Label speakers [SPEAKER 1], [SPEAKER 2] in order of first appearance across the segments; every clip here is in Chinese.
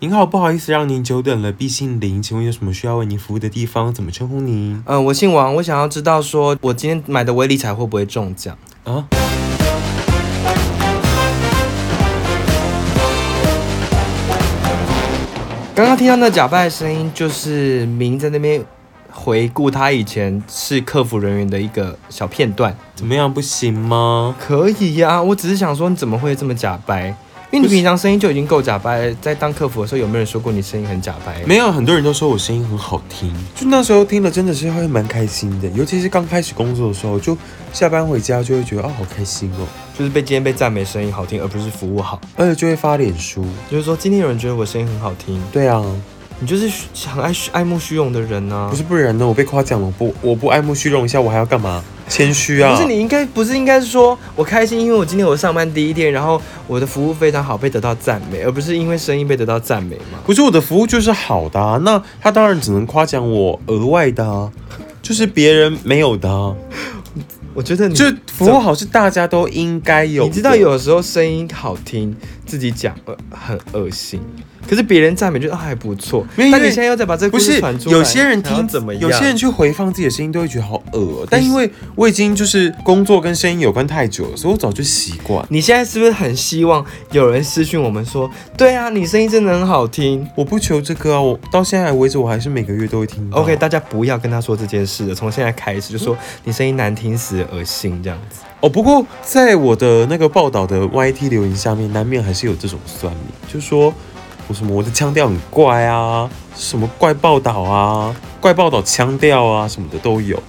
[SPEAKER 1] 您好，不好意思让您久等了，毕姓林，请问有什么需要为您服务的地方？怎么称呼您？
[SPEAKER 2] 嗯，我姓王，我想要知道说，我今天买的威力彩会不会中奖？
[SPEAKER 1] 啊？
[SPEAKER 2] 刚刚听到那假扮的声音，就是明在那边回顾他以前是客服人员的一个小片段。
[SPEAKER 1] 怎么样，不行吗？
[SPEAKER 2] 可以呀、我只是想说，你怎么会这么假掰？因为你平常声音就已经够假掰了，在当客服的时候，有没有人说过你声音很假掰？
[SPEAKER 1] 没有，很多人都说我声音很好听，就那时候听了真的是会蛮开心的，尤其是刚开始工作的时候，就下班回家就会觉得啊、好开心哦，
[SPEAKER 2] 就是被今天被赞美声音好听，而不是服务好。
[SPEAKER 1] 而且就会发脸书。
[SPEAKER 2] 就是说，今天有人觉得我声音很好听，
[SPEAKER 1] 对啊，
[SPEAKER 2] 你就是很爱虚爱慕虚荣的人啊呢、
[SPEAKER 1] 不是不然呢，我被夸奖了，我不我不爱慕虚荣一下，我还要干嘛？谦虚啊！
[SPEAKER 2] 不是你应该不是应该是说我开心，因为我今天我上班第一天，然后我的服务非常好，被得到赞美，而不是因为声音被得到赞美吗？
[SPEAKER 1] 可是我的服务就是好的、啊，那他当然只能夸奖我额外的啊，就是别人没有的、啊，
[SPEAKER 2] 我觉得你
[SPEAKER 1] 就服务好是大家都应该有的。
[SPEAKER 2] 嗯你知道有时候声音好听，自己讲呃很恶心，可是别人赞美就、啊还不错。
[SPEAKER 1] 没有
[SPEAKER 2] 但
[SPEAKER 1] 因
[SPEAKER 2] 你
[SPEAKER 1] 为
[SPEAKER 2] 现在又再把这个
[SPEAKER 1] 不
[SPEAKER 2] 故事
[SPEAKER 1] 是
[SPEAKER 2] 传出来，
[SPEAKER 1] 有些人
[SPEAKER 2] 想要
[SPEAKER 1] 听
[SPEAKER 2] 怎么样？
[SPEAKER 1] 有些人去回放自己的声音都会觉得好恶，但因为我已经就是工作跟声音有关太久了，所以我早就习惯。
[SPEAKER 2] 你现在是不是很希望有人私讯我们说，对啊，你声音真的很好听
[SPEAKER 1] 我不求这个啊，我到现在为止我还是每个月都会听到。
[SPEAKER 2] ？OK，大家不要跟他说这件事了，从现在开始就说你声音难听死了，恶心这样子。
[SPEAKER 1] 哦，不过在我的那个报道的 YT 留言下面，难免还是有这种酸民，就说我什么我的腔调很怪啊，什么怪报道啊，怪报道腔调啊什么的都有。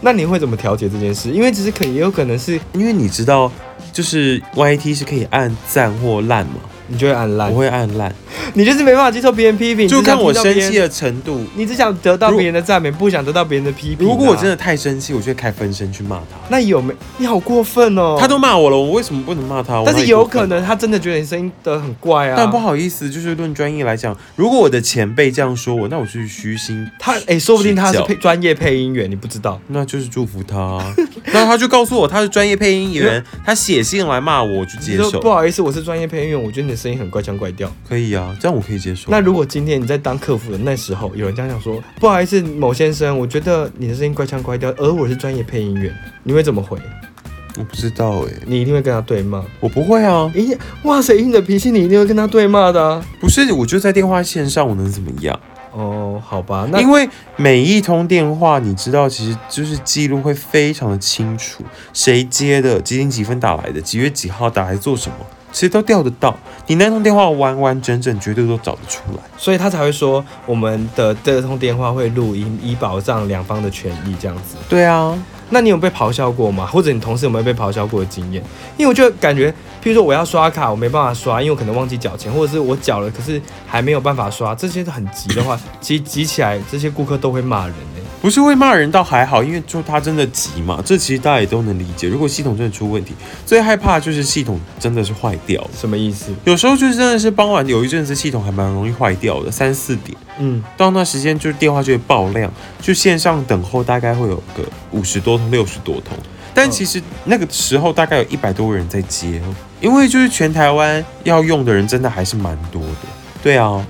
[SPEAKER 2] 那你会怎么调节这件事？因为其实可也有可能是
[SPEAKER 1] 因为你知道，就是 YT 是可以按赞或烂嘛，
[SPEAKER 2] 你就会按烂
[SPEAKER 1] 我，会按烂，
[SPEAKER 2] 你就是没办法接受别人批评，
[SPEAKER 1] 就看我生
[SPEAKER 2] 你只想
[SPEAKER 1] 气
[SPEAKER 2] 听到
[SPEAKER 1] 啊
[SPEAKER 2] 别人，
[SPEAKER 1] 的程度。
[SPEAKER 2] 你只想得到别人的赞美，不想得到别人的批评、啊
[SPEAKER 1] 如果我真
[SPEAKER 2] 的，
[SPEAKER 1] 的太生气，我就会开分身去骂他。
[SPEAKER 2] 那有没你好过分哦？
[SPEAKER 1] 他都骂我了，我为什么不能骂他？我
[SPEAKER 2] 但
[SPEAKER 1] 哪
[SPEAKER 2] 是
[SPEAKER 1] 里
[SPEAKER 2] 有
[SPEAKER 1] 过分
[SPEAKER 2] 可能他真的觉得你声音的很怪啊，
[SPEAKER 1] 但不好意思，就是论专业来讲，如果我的前辈这样说我，那我就是虚心，
[SPEAKER 2] 他哎、说不定他是
[SPEAKER 1] 睡
[SPEAKER 2] 配专业配音员，你不知道。
[SPEAKER 1] 那就是祝福他 啊。那他就告诉我他是专业配音员，他写信来骂我，我就接
[SPEAKER 2] 你说不
[SPEAKER 1] 受。
[SPEAKER 2] 好意思，我是专业配音员，我觉得你的声音很怪腔怪调。
[SPEAKER 1] 可以啊，这样我可以接受。
[SPEAKER 2] 那如果今天你在当客服的那时候，有人这样讲说，不好意思，某先生，我觉得你的声音怪腔怪调，而我是专业配音员，你会怎么回？
[SPEAKER 1] 我不知道哎、
[SPEAKER 2] 你一定会跟他对骂。
[SPEAKER 1] 我不会啊，
[SPEAKER 2] 咦，哎哇塞！以你的脾气，你一定会跟他对骂的、啊。
[SPEAKER 1] 不是，我就在电话线上，我能怎么样？
[SPEAKER 2] 哦，好吧，那
[SPEAKER 1] 因为每一通电话，你知道，其实就是记录会非常的清楚，谁接的，几点几分打来的，几月几号打来做什么，其实都调得到。你那通电话完完整整，绝对都找得出来。
[SPEAKER 2] 所以他才会说我们的这通电话会录音，以保障两方的权益这样子。
[SPEAKER 1] 对啊，
[SPEAKER 2] 那你有被咆哮过吗？或者你同事有没有被咆哮过的经验？因为我就感觉，譬如说我要刷卡，我没办法刷，因为我可能忘记缴钱，或者是我缴了，可是还没有办法刷，这些很急的 话，其实急起来，这些顾客都会骂人欸诶、
[SPEAKER 1] 不是会骂人倒还好，因为就他真的急嘛，这其实大家也都能理解。如果系统真的出问题，最害怕就是系统真的是坏掉了。
[SPEAKER 2] 什么意思？
[SPEAKER 1] 有时候就是真的是傍晚有一阵子系统还蛮容易坏掉的，三四点
[SPEAKER 2] 嗯，
[SPEAKER 1] 到那时间就是电话就会爆量，就线上等候大概会有个五十多通、六十多通，但其实那个时候大概有一百多个人在接哦，因为就是全台湾要用的人真的还是蛮多的。对啊，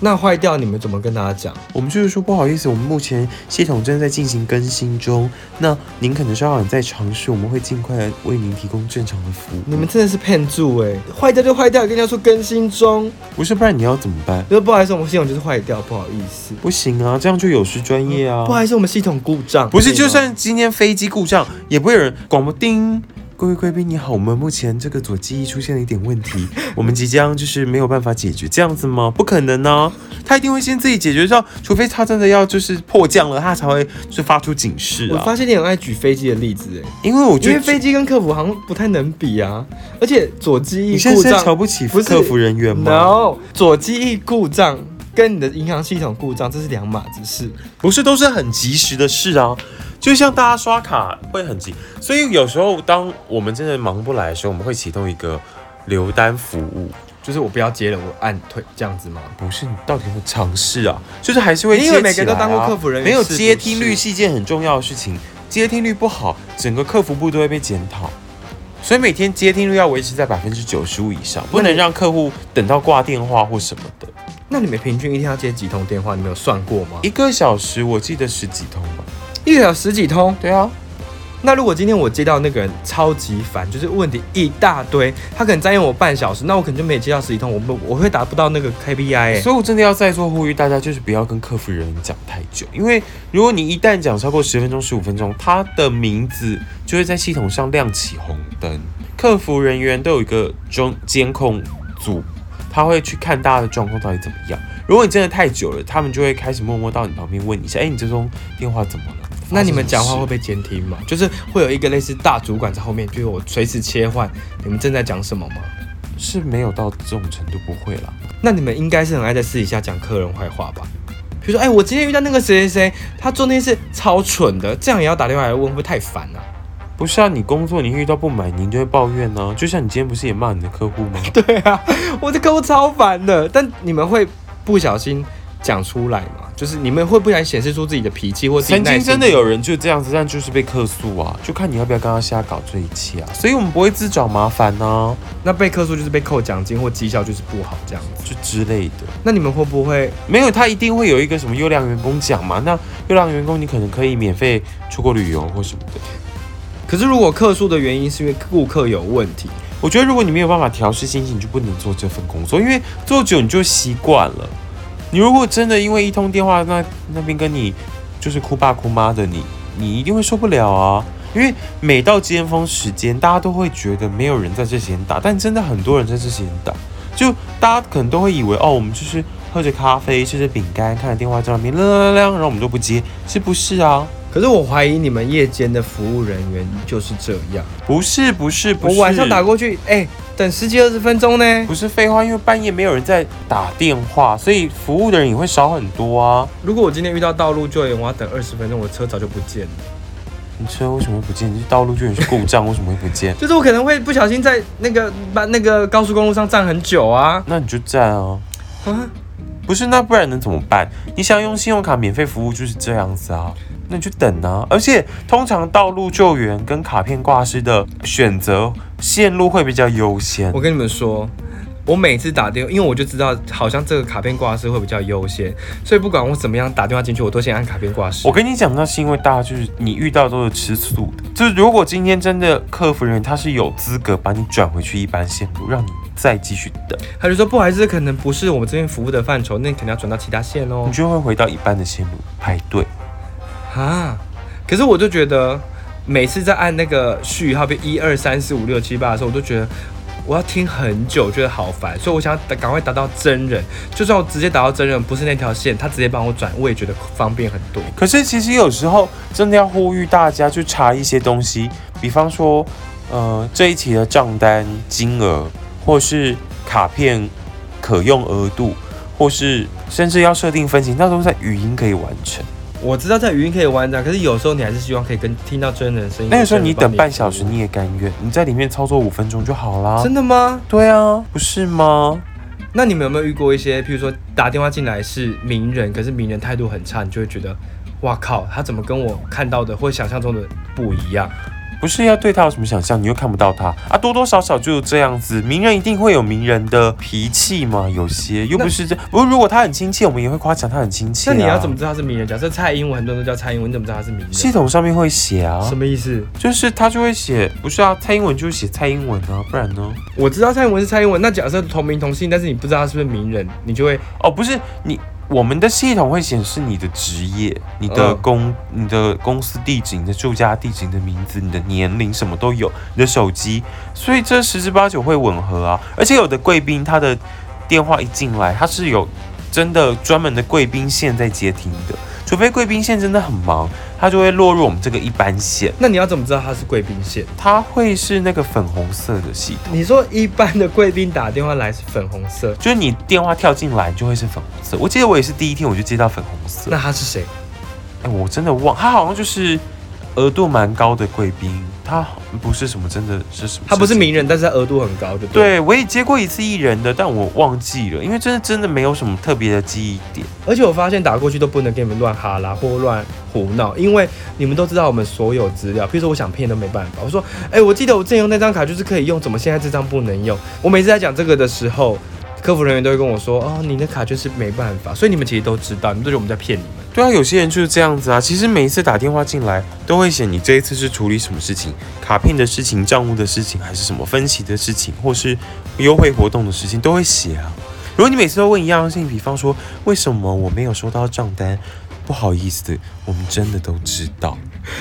[SPEAKER 2] 那坏掉你们怎么跟大家讲？
[SPEAKER 1] 我们就是说不好意思，我们目前系统正在进行更新中，那您可能稍晚再尝试，我们会尽快地为您提供正常的服务。
[SPEAKER 2] 你们真的是骗住诶、坏掉就坏掉，跟人家说更新中。
[SPEAKER 1] 不是，不然你要怎么办？
[SPEAKER 2] 就是不好意思，我们系统就是坏掉，不好意思。
[SPEAKER 1] 不行啊，这样就有失专业啊。
[SPEAKER 2] 不好意思，我们系统故障。哎
[SPEAKER 1] 不是，
[SPEAKER 2] 可以吗
[SPEAKER 1] 就算今天飞机故障，也不会有人广播叮。各位贵宾你好，我们目前这个左记忆出现了一点问题，我们即将就是没有办法解决，这样子吗？不可能呢、啊他一定会先自己解决掉，除非他真的要就是迫降了，他才会就发出警示
[SPEAKER 2] 我
[SPEAKER 1] 啊。
[SPEAKER 2] 发现你很爱举飞机的例子，哎，
[SPEAKER 1] 因为我觉
[SPEAKER 2] 因
[SPEAKER 1] 得
[SPEAKER 2] 为飞机跟客服好像不太能比啊。而且左机
[SPEAKER 1] 你
[SPEAKER 2] 翼
[SPEAKER 1] 现
[SPEAKER 2] 故
[SPEAKER 1] 在是在瞧
[SPEAKER 2] 障
[SPEAKER 1] 不起
[SPEAKER 2] 不是
[SPEAKER 1] 客服人员吗？
[SPEAKER 2] ，no，左机翼故障跟你的银行系统故障这是两码子事。
[SPEAKER 1] 不是，都是很及时的事啊。就像大家刷卡会很急，所以有时候当我们真的忙不来的时候，我们会启动一个留单服务。
[SPEAKER 2] 就是我不要接了，我按退这样子吗？
[SPEAKER 1] 不是，你到底有没有尝试啊？就是还是会接、
[SPEAKER 2] 因
[SPEAKER 1] 起
[SPEAKER 2] 为每个
[SPEAKER 1] 来
[SPEAKER 2] 都当过
[SPEAKER 1] 啊
[SPEAKER 2] 客服人员
[SPEAKER 1] 没有
[SPEAKER 2] 是不
[SPEAKER 1] 接听率
[SPEAKER 2] 是
[SPEAKER 1] 是一件很重要的事情。接听率不好，整个客服部都会被检讨。所以每天接听率要维持在百分之九十五以上，不
[SPEAKER 2] 那
[SPEAKER 1] 能
[SPEAKER 2] 你
[SPEAKER 1] 让客户等到挂电话或什么的。
[SPEAKER 2] 那你们平均一天要接几通电话？你们有算过吗？
[SPEAKER 1] 一个小时我记得十几通吧。
[SPEAKER 2] 一小时十几通。
[SPEAKER 1] 对啊，
[SPEAKER 2] 那如果今天我接到那个人超级烦，就是问题一大堆，他可能占用我半小时，那我可能就没接到十几通，我不我会达不到那个 KPI 哎、
[SPEAKER 1] 所以我真的要再做呼吁，大家就是不要跟客服人讲太久，因为如果你一旦讲超过十分钟、十五分钟，他的名字就会在系统上亮起红灯。客服人员都有一个中监控组，他会去看大家的状况到底怎么样。如果你真的太久了，他们就会开始默默到你旁边问你一下：“哎、你这通电话怎么了？”
[SPEAKER 2] 那你们讲话会不
[SPEAKER 1] 会？
[SPEAKER 2] 会监听吗？就是会有一个类似大主管在后面，就是我随时切换你们正在讲什么吗？
[SPEAKER 1] 是没有到这种程度，不会啦。
[SPEAKER 2] 那你们应该是很爱在私底下讲客人坏话吧？比如说，哎、我今天遇到那个谁谁谁，他做那件事超蠢的，这样也要打电话来问，会不会太烦啊？
[SPEAKER 1] 不是啊，你工作你遇到不满，你就会抱怨呢、就像你今天不是也骂你的客户吗？
[SPEAKER 2] 对啊， 我的客户超烦的，但你们会不小心讲出来吗？就是你们会不小心显示出自己的脾气或自己
[SPEAKER 1] 曾
[SPEAKER 2] 耐
[SPEAKER 1] 经
[SPEAKER 2] 心
[SPEAKER 1] 真的有人就这样子，但就是被客诉啊，就看你要不要跟他瞎搞这一切啊。所以我们不会自找麻烦啊呢、
[SPEAKER 2] 那被客诉就是被扣奖金或绩效就是不好这样子。
[SPEAKER 1] 就之类的。
[SPEAKER 2] 那你们会不会
[SPEAKER 1] 没有，他一定会有一个什么优良员工奖嘛？那优良员工你可能可以免费出国旅游或什么的。
[SPEAKER 2] 可是如果客诉的原因是因为顾客有问题，
[SPEAKER 1] 我觉得如果你没有办法调试心情，你就不能做这份工作，因为做久你就习惯了。你如果真的因为一通电话，那那边跟你就是哭爸哭妈的你，你一定会受不了啊。因为每到尖峰时间，大家都会觉得没有人在这时间打，但真的很多人在这时间打，就大家可能都会以为哦，我们就是喝着咖啡，吃着饼干，看着电话在那边亮亮亮，然后我们都不接，是不是啊？
[SPEAKER 2] 可是我怀疑你们夜间的服务人员就是这样。
[SPEAKER 1] 不是不是不
[SPEAKER 2] 我
[SPEAKER 1] 是，
[SPEAKER 2] 晚上打过去，哎、等十几二十分钟呢。
[SPEAKER 1] 不是废话，因为半夜没有人在打电话，所以服务的人也会少很多啊。
[SPEAKER 2] 如果我今天遇到道路救援，我要等二十分钟，我车早就不见了。
[SPEAKER 1] 你车为什么会不见？你是道路救援是故障，为什么会不见？
[SPEAKER 2] 就是我可能会不小心在那个把那个高速公路上站很久啊。
[SPEAKER 1] 那你就站啊！
[SPEAKER 2] 啊，
[SPEAKER 1] 不是，那不然能怎么办？你想用信用卡免费服务就是这样子啊，那你就等啊。而且通常道路救援跟卡片挂失的选择线路会比较优先
[SPEAKER 2] 我。跟你们说。我每次打电话，因为我就知道好像这个卡片挂失会比较优先，所以不管我怎么样打电话进去，我都先按卡片挂失
[SPEAKER 1] 我。跟你讲，那是因为大家就是你遇到都是吃素的，就是如果今天真的客服人员他是有资格把你转回去一般线路，让你再继续等。
[SPEAKER 2] 他就说不好意思，可能不是我们这边服务的范畴，那你可能要转到其他线哦
[SPEAKER 1] 你。就会回到一般的线路排队。
[SPEAKER 2] 啊，可是我就觉得每次在按那个序号，比一二三四五六七八的时候，我都觉得我要听很久，觉得好烦，所以我想要赶快达到真人。就算我直接达到真人，不是那条线，他直接帮我转，我也觉得方便很多。
[SPEAKER 1] 可是其实有时候真的要呼吁大家去查一些东西，比方说，呃，这一期的账单金额，或是卡片可用额度，或是甚至要设定分型，那都是在语音可以完成。
[SPEAKER 2] 我知道在语音可以玩的，可是有时候你还是希望可以跟听到真人声音。
[SPEAKER 1] 那有时候你等半小时，你也甘愿，你在里面操作五分钟就好啦。
[SPEAKER 2] 嗯真的吗？
[SPEAKER 1] 对啊，不是吗？
[SPEAKER 2] 那你们有没有遇过一些，譬如说打电话进来是名人，可是名人态度很差，你就会觉得，哇靠，他怎么跟我看到的或想象中的不一样？
[SPEAKER 1] 不是要对他有什么想象，你又看不到他啊，多多少少就这样子。名人一定会有名人的脾气嘛，有些又不是这。不过如果他很亲切，我们也会夸奖他很亲切、
[SPEAKER 2] 那
[SPEAKER 1] 啊。
[SPEAKER 2] 你要怎么？知道他是名人？假设蔡英文，很多人都叫蔡英文，你怎么知道他是名人？
[SPEAKER 1] 系统上面会写啊
[SPEAKER 2] 什，么意思？
[SPEAKER 1] 就是他就会写，不是啊，蔡英文就写蔡英文啊，不然呢？
[SPEAKER 2] 我知道蔡英文是蔡英文，那假设同名同姓，但是你不知道他是不是名人，你就会
[SPEAKER 1] 哦，不是你，我们的系统会显示你的职业、你的
[SPEAKER 2] 嗯
[SPEAKER 1] 公、你的公司地址、你的住家地址、你的名字、你的年龄，什么都有，你的手机，所以这十之八九会吻合啊。而且有的贵宾他的电话一进来，他是有真的专门的贵宾线在接听的，除非贵宾线真的很忙，他就会落入我们这个一般线，
[SPEAKER 2] 那你要怎么知道他是贵宾线？
[SPEAKER 1] 它会是那个粉红色的系统。
[SPEAKER 2] 你说一般的贵宾打电话来是粉红色，
[SPEAKER 1] 就是你电话跳进来，你就会是粉红色。我记得我也是第一天我就接到粉红色，
[SPEAKER 2] 那他是谁？
[SPEAKER 1] 哎、我真的忘，他好像就是额度蛮高的贵宾，他好不是什么真的是什么，
[SPEAKER 2] 他不是名。人，但是他额度很高，就对。。
[SPEAKER 1] 对，我也接过一次艺人的，但我忘记了，因为真的真的没有什么特别的记忆点。
[SPEAKER 2] 而且我发现打过去都不能给你们乱哈拉或乱胡闹，因为你们都知道我们所有资料。譬如说我想骗都没办法，我说，哎、我记得我之前用那张卡就是可以用，怎么现在这张不能用？我每次在讲这个的时候，客服人员都会跟我说，哦，你的卡就是没办法，所以你们其实都知道，你们都觉得我们在骗你们。
[SPEAKER 1] 对啊，有些人就是这样子啊。其实每一次打电话进来，都会写你这一次是处理什么事情，卡片的事情、账务的事情，还是什么分析的事情，或是优惠活动的事情，都会写啊。如果你每次都问一样的事情，比方说为什么我没有收到账单，不好意思，我们真的都知道。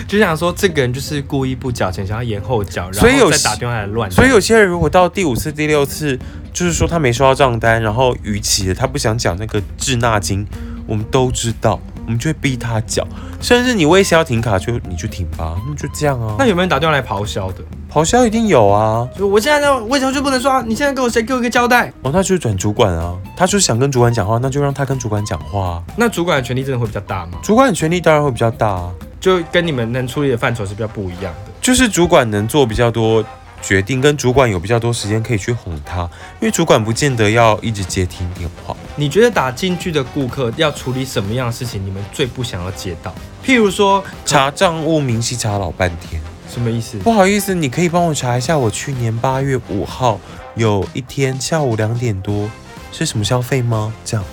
[SPEAKER 2] 就想说这个人就是故意不缴钱，想要延后缴，然
[SPEAKER 1] 所以有
[SPEAKER 2] 后再
[SPEAKER 1] 时
[SPEAKER 2] 打电话来乱。
[SPEAKER 1] 所以有些人如果到第五次、第六次，就是说他没收到账单，然后逾期了，他不想缴那个滞纳金，我们都知道，我们就会逼他缴，甚至你威胁要停卡就你就停吧，那就这样啊。
[SPEAKER 2] 那有没有人打电话来咆哮的？
[SPEAKER 1] 咆哮一定有啊，
[SPEAKER 2] 就我现在要为什么就不能刷？你现在给我谁给我一个交代？
[SPEAKER 1] 哦，那就是转主管啊，他就是想跟主管讲话，那就让他跟主管讲话、啊，
[SPEAKER 2] 那主管的权力真的会比较大吗？
[SPEAKER 1] 主管的权力当然会比较大、啊，
[SPEAKER 2] 就跟你们能处理的范畴是比较不一样的。
[SPEAKER 1] 就是主管能做比较多决定，跟主管有比较多时间可以去哄他，因为主管不见得要一直接听电话。
[SPEAKER 2] 你觉得打进去的顾客要处理什么样的事情，你们最不想要接到？譬如说，
[SPEAKER 1] 查账务明细查老半天，
[SPEAKER 2] 什么意思？
[SPEAKER 1] 不好意思，你可以帮我查一下，我去年八月五号有一天下午两点多是什么消费吗？这样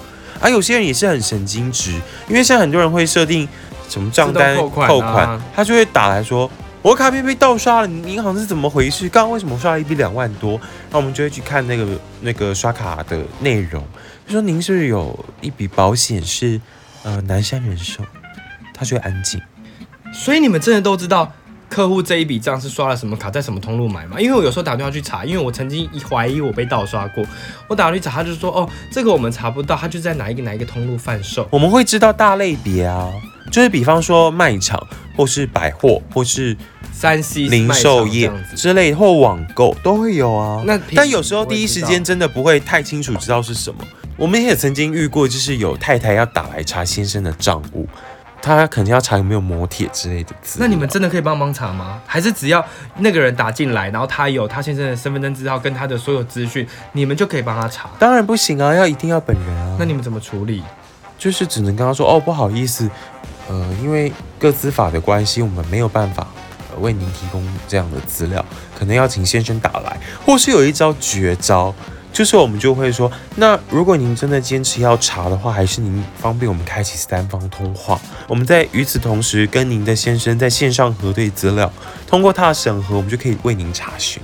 [SPEAKER 1] 啊，有些人也是很神经质，因为现在很多人会设定什么账单
[SPEAKER 2] 自动扣款啊
[SPEAKER 1] 他就会打来说。我卡片被盗刷了，你银行是怎么回事？刚刚为什么刷了一笔两万多？那我们就会去看那个那个刷卡的内容，就说您是不是有一笔保险是呃南山人寿，他就会安静。
[SPEAKER 2] 所以你们真的都知道客户这一笔账是刷了什么卡，在什么通路买吗？因为我有时候打电话去查，因为我曾经一怀疑我被盗刷过，我打去查，他就说哦，这个我们查不到，他就在哪一个哪一个通路贩售。
[SPEAKER 1] 我们会知道大类别啊，就是比方说卖场，或是百货，或是
[SPEAKER 2] 三 C
[SPEAKER 1] 零售业
[SPEAKER 2] 卖场这样子，
[SPEAKER 1] 之类，或网购都会有啊。
[SPEAKER 2] 那平时
[SPEAKER 1] 但有时候第一时间
[SPEAKER 2] 不会知
[SPEAKER 1] 真的不会太清楚知道是什么。我们也曾经遇过，就是有太太要打来查先生的账务，他肯定要查有没有磨铁之类的字。
[SPEAKER 2] 那你们真的可以帮忙查吗？还是只要那个人打进来，然后他有他先生的身份证字号跟他的所有资讯，你们就可以帮他查？
[SPEAKER 1] 当然不行啊，要一定要本人啊。
[SPEAKER 2] 那你们怎么处理？
[SPEAKER 1] 就是只能跟他说哦，不好意思，呃，因为各资法的关系，我们没有办法、呃、为您提供这样的资料，可能要请先生打来，或是有一招绝招，就是我们就会说，那如果您真的坚持要查的话，还是您方便我们开启三方通话，我们在与此同时跟您的先生在线上核对资料，通过他的审核，我们就可以为您查询，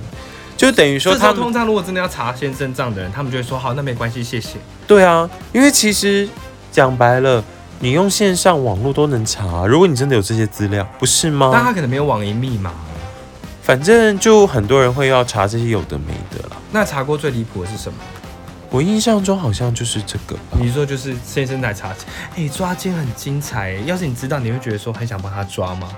[SPEAKER 1] 就等于说
[SPEAKER 2] 这时
[SPEAKER 1] 他
[SPEAKER 2] 候
[SPEAKER 1] 们
[SPEAKER 2] 通常如果真的要查先生账的人，他们就会说好，那没关系，谢谢。
[SPEAKER 1] 对啊，因为其实讲白了，你用线上网络都能查，如果你真的有这些资料，不是
[SPEAKER 2] 但
[SPEAKER 1] 吗？
[SPEAKER 2] 他可能没有网银密码。
[SPEAKER 1] 反正就很多人会要查这些有的没的啦。
[SPEAKER 2] 那查过最离谱的是什么？
[SPEAKER 1] 我印象中好像就是这个吧。
[SPEAKER 2] 你说就是先生奶茶，哎、抓奸很精彩耶。要是你知道，你会觉得说很想帮他抓吗？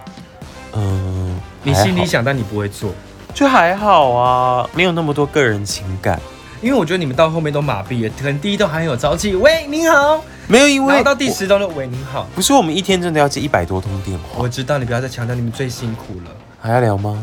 [SPEAKER 1] 嗯、
[SPEAKER 2] 你
[SPEAKER 1] 还
[SPEAKER 2] 心里
[SPEAKER 1] 好
[SPEAKER 2] 想，但你不会做，
[SPEAKER 1] 就还好啊，没有那么多个人情感，
[SPEAKER 2] 因为我觉得你们到后面都麻痹了，可能第一栋还很有朝气，喂，你好，
[SPEAKER 1] 没有因
[SPEAKER 2] 然
[SPEAKER 1] 为
[SPEAKER 2] 后到第
[SPEAKER 1] 我
[SPEAKER 2] 十栋就喂，你好。
[SPEAKER 1] 不是我们一天真的要接一百多通电话，
[SPEAKER 2] 我知道你不要再强调你们最辛苦了，
[SPEAKER 1] 还要聊 吗？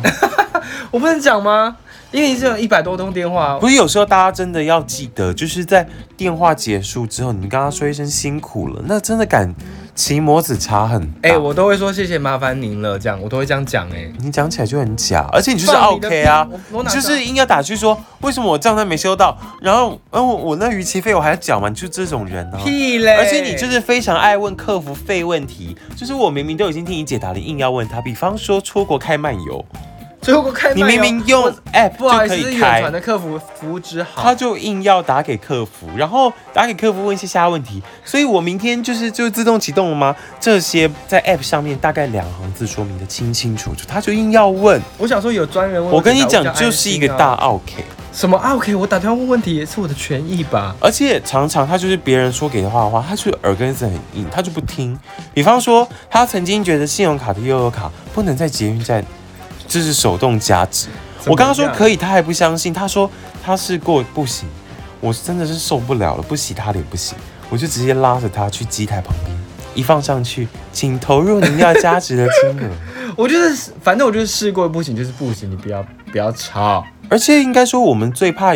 [SPEAKER 2] 我不能讲吗？因为你是有一百多通电话，
[SPEAKER 1] 不是有时候大家真的要记得，就是在电话结束之后，你跟他说一声辛苦了，那真的感情模子差很大。
[SPEAKER 2] 哎、我都会说谢谢麻烦您了，这样我都会这样讲哎、
[SPEAKER 1] 你讲起来就很假，而且你就是
[SPEAKER 2] 放你的
[SPEAKER 1] OK 啊
[SPEAKER 2] 屁，我我
[SPEAKER 1] 你
[SPEAKER 2] 哪知
[SPEAKER 1] 就
[SPEAKER 2] 道
[SPEAKER 1] 是硬要打去说为什么我账单没收到，然后，然后我我那逾期费我还要缴嘛，你就这种人啊。
[SPEAKER 2] 屁嘞！
[SPEAKER 1] 而且你就是非常爱问客服费问题，就是我明明都已经替你解答了，硬要问他。比方说出国开漫游，
[SPEAKER 2] 最后我开麦
[SPEAKER 1] 你明明用
[SPEAKER 2] 我
[SPEAKER 1] App
[SPEAKER 2] 不好
[SPEAKER 1] 就
[SPEAKER 2] 意
[SPEAKER 1] 可
[SPEAKER 2] 思，是
[SPEAKER 1] 以
[SPEAKER 2] 远
[SPEAKER 1] 开
[SPEAKER 2] 传，的客服服务之好
[SPEAKER 1] 他。就硬要打给客服，然后打给客服问一些下问题。所以我明天就是就自动启动了吗？这些在 App 上面大概两行字说明的清清楚楚，他就硬要问。
[SPEAKER 2] 我想说有专人问
[SPEAKER 1] 我跟你
[SPEAKER 2] 解答
[SPEAKER 1] 讲，
[SPEAKER 2] 比较安
[SPEAKER 1] 就是一个
[SPEAKER 2] 心啊
[SPEAKER 1] 大 OK，
[SPEAKER 2] 什么啊？OK，我打电话问问题也是我的权益吧？
[SPEAKER 1] 而且常常他就是别人说给他的话，他就是耳根子很硬，他就不听。比方说，他曾经觉得信用卡的悠游卡不能在捷运站，这是手动加值。
[SPEAKER 2] 怎么
[SPEAKER 1] 我刚刚说
[SPEAKER 2] 样
[SPEAKER 1] 可以，他还不相信，他说他试过不行，我真的是受不了了，不洗他脸不行，我就直接拉着他去机台旁边，一放上去，请投入您要加值的金额。
[SPEAKER 2] 我就是，反正我就是试过不行就是不行，你不要不要吵。
[SPEAKER 1] 而且应该说，我们最怕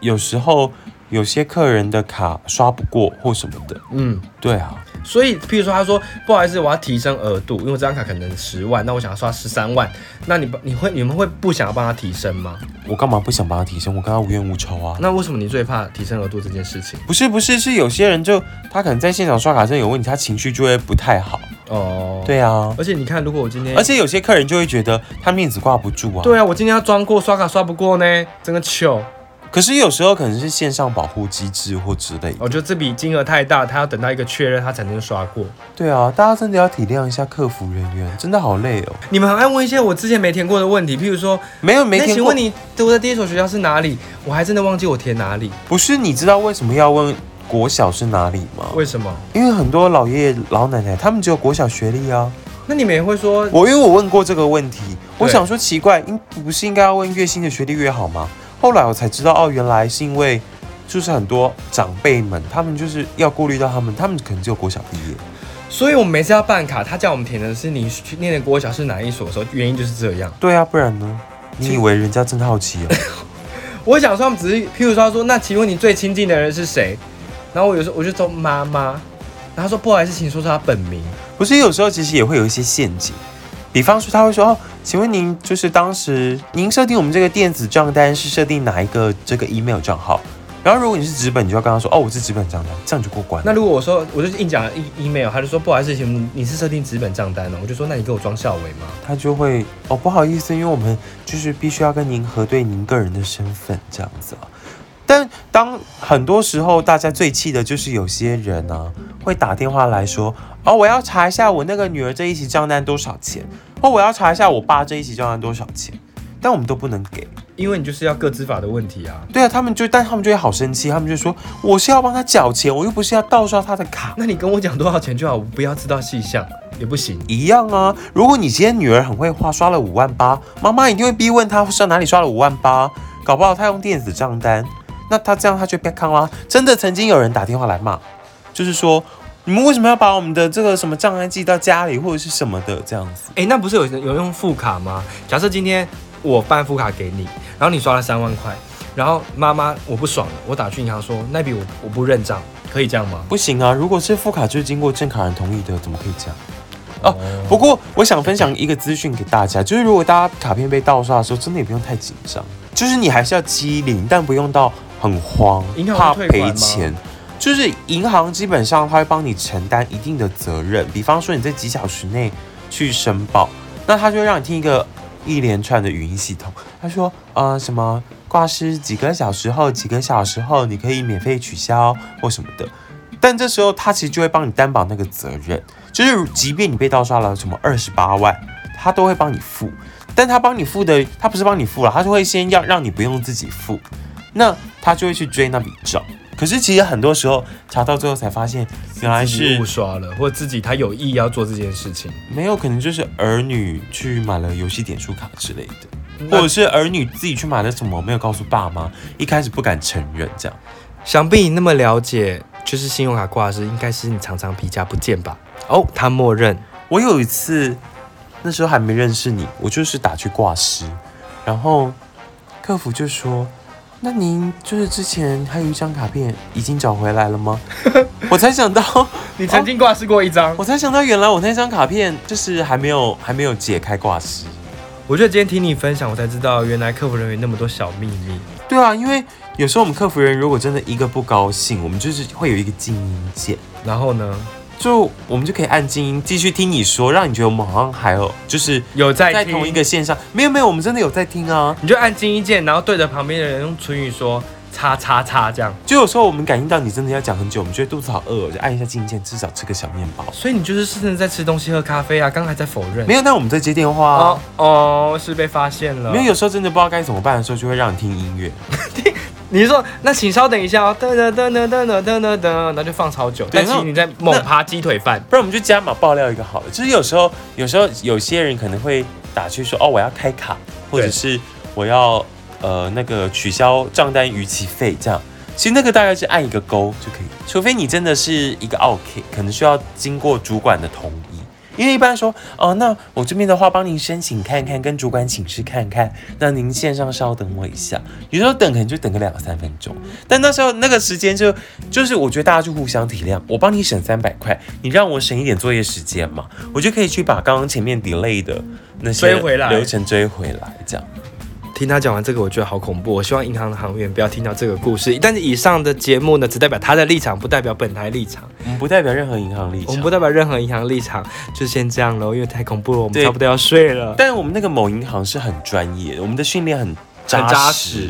[SPEAKER 1] 有时候有些客人的卡刷不过或什么的。
[SPEAKER 2] 嗯，
[SPEAKER 1] 对啊，
[SPEAKER 2] 所以，譬如说他说不好意思，我要提升额度，因为我这张卡可能十万，那我想要刷十三万，那你你会你们会不想要帮他提升吗？
[SPEAKER 1] 我干嘛不想把它提升？我跟他无冤无仇啊。
[SPEAKER 2] 那为什么你最怕提升额度这件事情？
[SPEAKER 1] 不是不是，是有些人就他可能在现场刷卡真的有问题，他情绪就会不太好。
[SPEAKER 2] 哦，，
[SPEAKER 1] 对啊，
[SPEAKER 2] 而且你看，如果我今天，
[SPEAKER 1] 而且有些客人就会觉得他面子挂不住啊。
[SPEAKER 2] 对啊，我今天要装过刷卡刷不过呢，真的糗。
[SPEAKER 1] 可是有时候可能是线上保护机制或之类的。
[SPEAKER 2] 我觉得这笔金额太大，他要等到一个确认他才能刷过。
[SPEAKER 1] 对啊，大家真的要体谅一下客服人员，真的好累哦。
[SPEAKER 2] 你们很爱问一些我之前没填过的问题，譬如说，
[SPEAKER 1] 没有没
[SPEAKER 2] 那
[SPEAKER 1] 听
[SPEAKER 2] 请
[SPEAKER 1] 过
[SPEAKER 2] 问，你读的第一所学校是哪里？我还真的忘记我填哪里，
[SPEAKER 1] 不是你知道为什么要问国小是哪里吗？
[SPEAKER 2] 为什么？
[SPEAKER 1] 因为很多老爷爷老奶奶他们只有国小学历啊。
[SPEAKER 2] 那你们也会说
[SPEAKER 1] 我因为我问过这个问题，我
[SPEAKER 2] 对
[SPEAKER 1] 想说奇怪，应不是应该要问越新的学历越好吗？后来我才知道，哦，原来是因为就是很多长辈们，他们就是要顾虑到他们，他们可能只有国小毕业。
[SPEAKER 2] 所以我们每次要办卡，他叫我们填的是你去念的国小是哪一所的时候，原因就是这样。
[SPEAKER 1] 对啊，不然呢？你以为人家真好奇哦？
[SPEAKER 2] 我想说，他们只是，譬如说，他说，那请问你最亲近的人是谁？然后我有时候我就说妈妈，然后他说不好意思，请说出他本名。
[SPEAKER 1] 不是，有时候其实也会有一些陷阱，比方说他会说，哦，请问您就是当时您设定我们这个电子账单是设定哪一个这个 email 账号？然后如果你是纸本，你就要跟他说，哦，我是纸本账单，这样就过关了。
[SPEAKER 2] 那如果我说，我就硬讲 e email，他就说不好意思，请问你是设定纸本账单哦呢？我就说那你给我装校委吗？
[SPEAKER 1] 他就会哦，不好意思，因为我们就是必须要跟您核对您个人的身份这样子啊。但当很多时候大家最气的就是有些人啊，会打电话来说哦，我要查一下我那个女儿这一期账单多少钱，或我要查一下我爸这一期账单多少钱，但我们都不能给。
[SPEAKER 2] 因为你就是要个资法的问题啊。
[SPEAKER 1] 对啊，他们就但他们就会好生气，他们就说我是要帮他缴钱，我又不是要盗刷他的卡。
[SPEAKER 2] 那你跟我讲多少钱就好，我不要知道细项也不行。
[SPEAKER 1] 一样啊。如果你今天女儿很会花，刷了五万八，妈妈一定会逼问她上哪里刷了五万八，搞不好她用电子账单，那她这样她就被坑啦。真的曾经有人打电话来骂，就是说你们为什么要把我们的这个什么账单寄到家里或者是什么的这样子？
[SPEAKER 2] 哎、那不是有人有用副卡吗？假设今天我办副卡给你，然后你刷了三万块，然后妈妈我不爽了，我打去银行说那笔我我不认账，可以这样吗？
[SPEAKER 1] 不行啊，如果是副卡就是经过正卡人同意的，怎么可以这样？
[SPEAKER 2] 哦
[SPEAKER 1] 哦，不过我想分享一个资讯给大家，就是如果大家卡片被盗刷的时候，真的也不用太紧张，就是你还是要机灵，但不用到很慌
[SPEAKER 2] 银，行
[SPEAKER 1] 怕
[SPEAKER 2] 会退款
[SPEAKER 1] 赔钱。就是银行基本上它会帮你承担一定的责任，比方说你在几小时内去申报，那他就会让你听一个一连串的语音系统，他说呃什么挂失几个小时后，几个小时后你可以免费取消或什么的。但这时候他其实就会帮你担保那个责任，就是即便你被盗刷了什么二十八万，他都会帮你付。但他帮你付的，他不是帮你付了，他就会先要让你不用自己付，那他就会去追那笔账。可是其实很多时候查到最后才发现，原来
[SPEAKER 2] 自己
[SPEAKER 1] 是
[SPEAKER 2] 误刷了，或者自己他有意要做这件事情，
[SPEAKER 1] 没有，可能就是儿女去买了游戏点数卡之类的。或
[SPEAKER 2] 那
[SPEAKER 1] 者是儿女自己去买了什么没有告诉爸妈，一开始不敢承认这样。
[SPEAKER 2] 想必你那么了解，就是信用卡挂失应该是你常常皮夹不见吧？哦，他默认。
[SPEAKER 1] 我有一次那时候还没认识你，我就是打去挂失，然后客服就说：“那您就是之前还有一张卡片已经找回来了吗？” 我才想到，
[SPEAKER 2] 你曾经挂失过一张，
[SPEAKER 1] 我才想到原来我那张卡片就是还没有还没有解开挂失。
[SPEAKER 2] 我觉得今天听你分享，我才知道原来客服人员那么多小秘密。
[SPEAKER 1] 对啊，因为有时候我们客服人如果真的一个不高兴，我们就是会有一个静音键。
[SPEAKER 2] 然后呢，
[SPEAKER 1] 就我们就可以按静音继续听你说，让你觉得我们好像还有就是
[SPEAKER 2] 有在
[SPEAKER 1] 在
[SPEAKER 2] 听
[SPEAKER 1] 同一个线上。没有没有，我们真的有在听啊。
[SPEAKER 2] 你就按静音键，然后对着旁边的人用唇语说“叉叉叉”这样。
[SPEAKER 1] 就有时候我们感应到你真的要讲很久，我们觉得肚子好饿，我就按一下静音键，至少吃个小面包。
[SPEAKER 2] 所以你就是甚至在吃东西、喝咖啡啊，刚才在否认。
[SPEAKER 1] 没有，那我们在接电话、
[SPEAKER 2] 哦
[SPEAKER 1] 啊。
[SPEAKER 2] 哦，是被发现了。
[SPEAKER 1] 没有，有时候真的不知道该怎么办的时候，就会让你听音乐。
[SPEAKER 2] 你是说那请稍等一下哦，噔噔噔噔噔噔噔噔噔，然后就放超久。
[SPEAKER 1] 对
[SPEAKER 2] 但其实你在猛扒鸡腿饭。
[SPEAKER 1] 不然我们就加码爆料一个好了。就是有时候，有时候有些人可能会打去说，哦，我要开卡，或者
[SPEAKER 2] 对
[SPEAKER 1] 是我要呃那个取消账单逾期费这样。其实那个大概是按一个勾就可以，除非你真的是一个 OK，可能需要经过主管的同意。因为一般说，哦，那我这边的话帮您申请看看，跟主管请示看看，那您线上稍等我一下。有时候等可能就等个两三分钟，但那时候那个时间就就是我觉得大家就互相体谅，我帮你省三百块，你让我省一点作业时间嘛，我就可以去把刚刚前面 delay 的那些
[SPEAKER 2] 追回来
[SPEAKER 1] 流程追回来，这样。
[SPEAKER 2] 听他讲完这个，我觉得好恐怖。我希望银行的行员不要听到这个故事。但是以上的节目呢，只代表他的立场，不代表本台立场。
[SPEAKER 1] 我嗯们不代表任何银行立
[SPEAKER 2] 我
[SPEAKER 1] 场
[SPEAKER 2] 们不。代表任何银行立场，就先这样喽，因为太恐怖了，我们
[SPEAKER 1] 对
[SPEAKER 2] 差不多要睡了。
[SPEAKER 1] 但我们那个某银行是很专业的，我们的训练很扎
[SPEAKER 2] 扎
[SPEAKER 1] 实
[SPEAKER 2] 实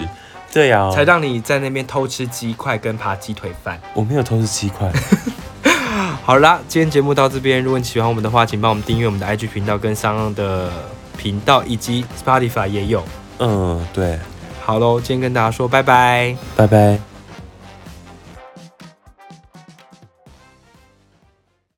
[SPEAKER 1] 对啊，
[SPEAKER 2] 才让你在那边偷吃鸡块跟扒鸡腿饭。
[SPEAKER 1] 我没有偷吃七块。
[SPEAKER 2] 好啦，今天节目到这边，如果你喜欢我们的话，请帮我们订阅我们的 IG 频道跟上岸的频道，以及 Spotify 也有。
[SPEAKER 1] 嗯，对，
[SPEAKER 2] 好喽，今天跟大家说拜拜。
[SPEAKER 1] 拜拜。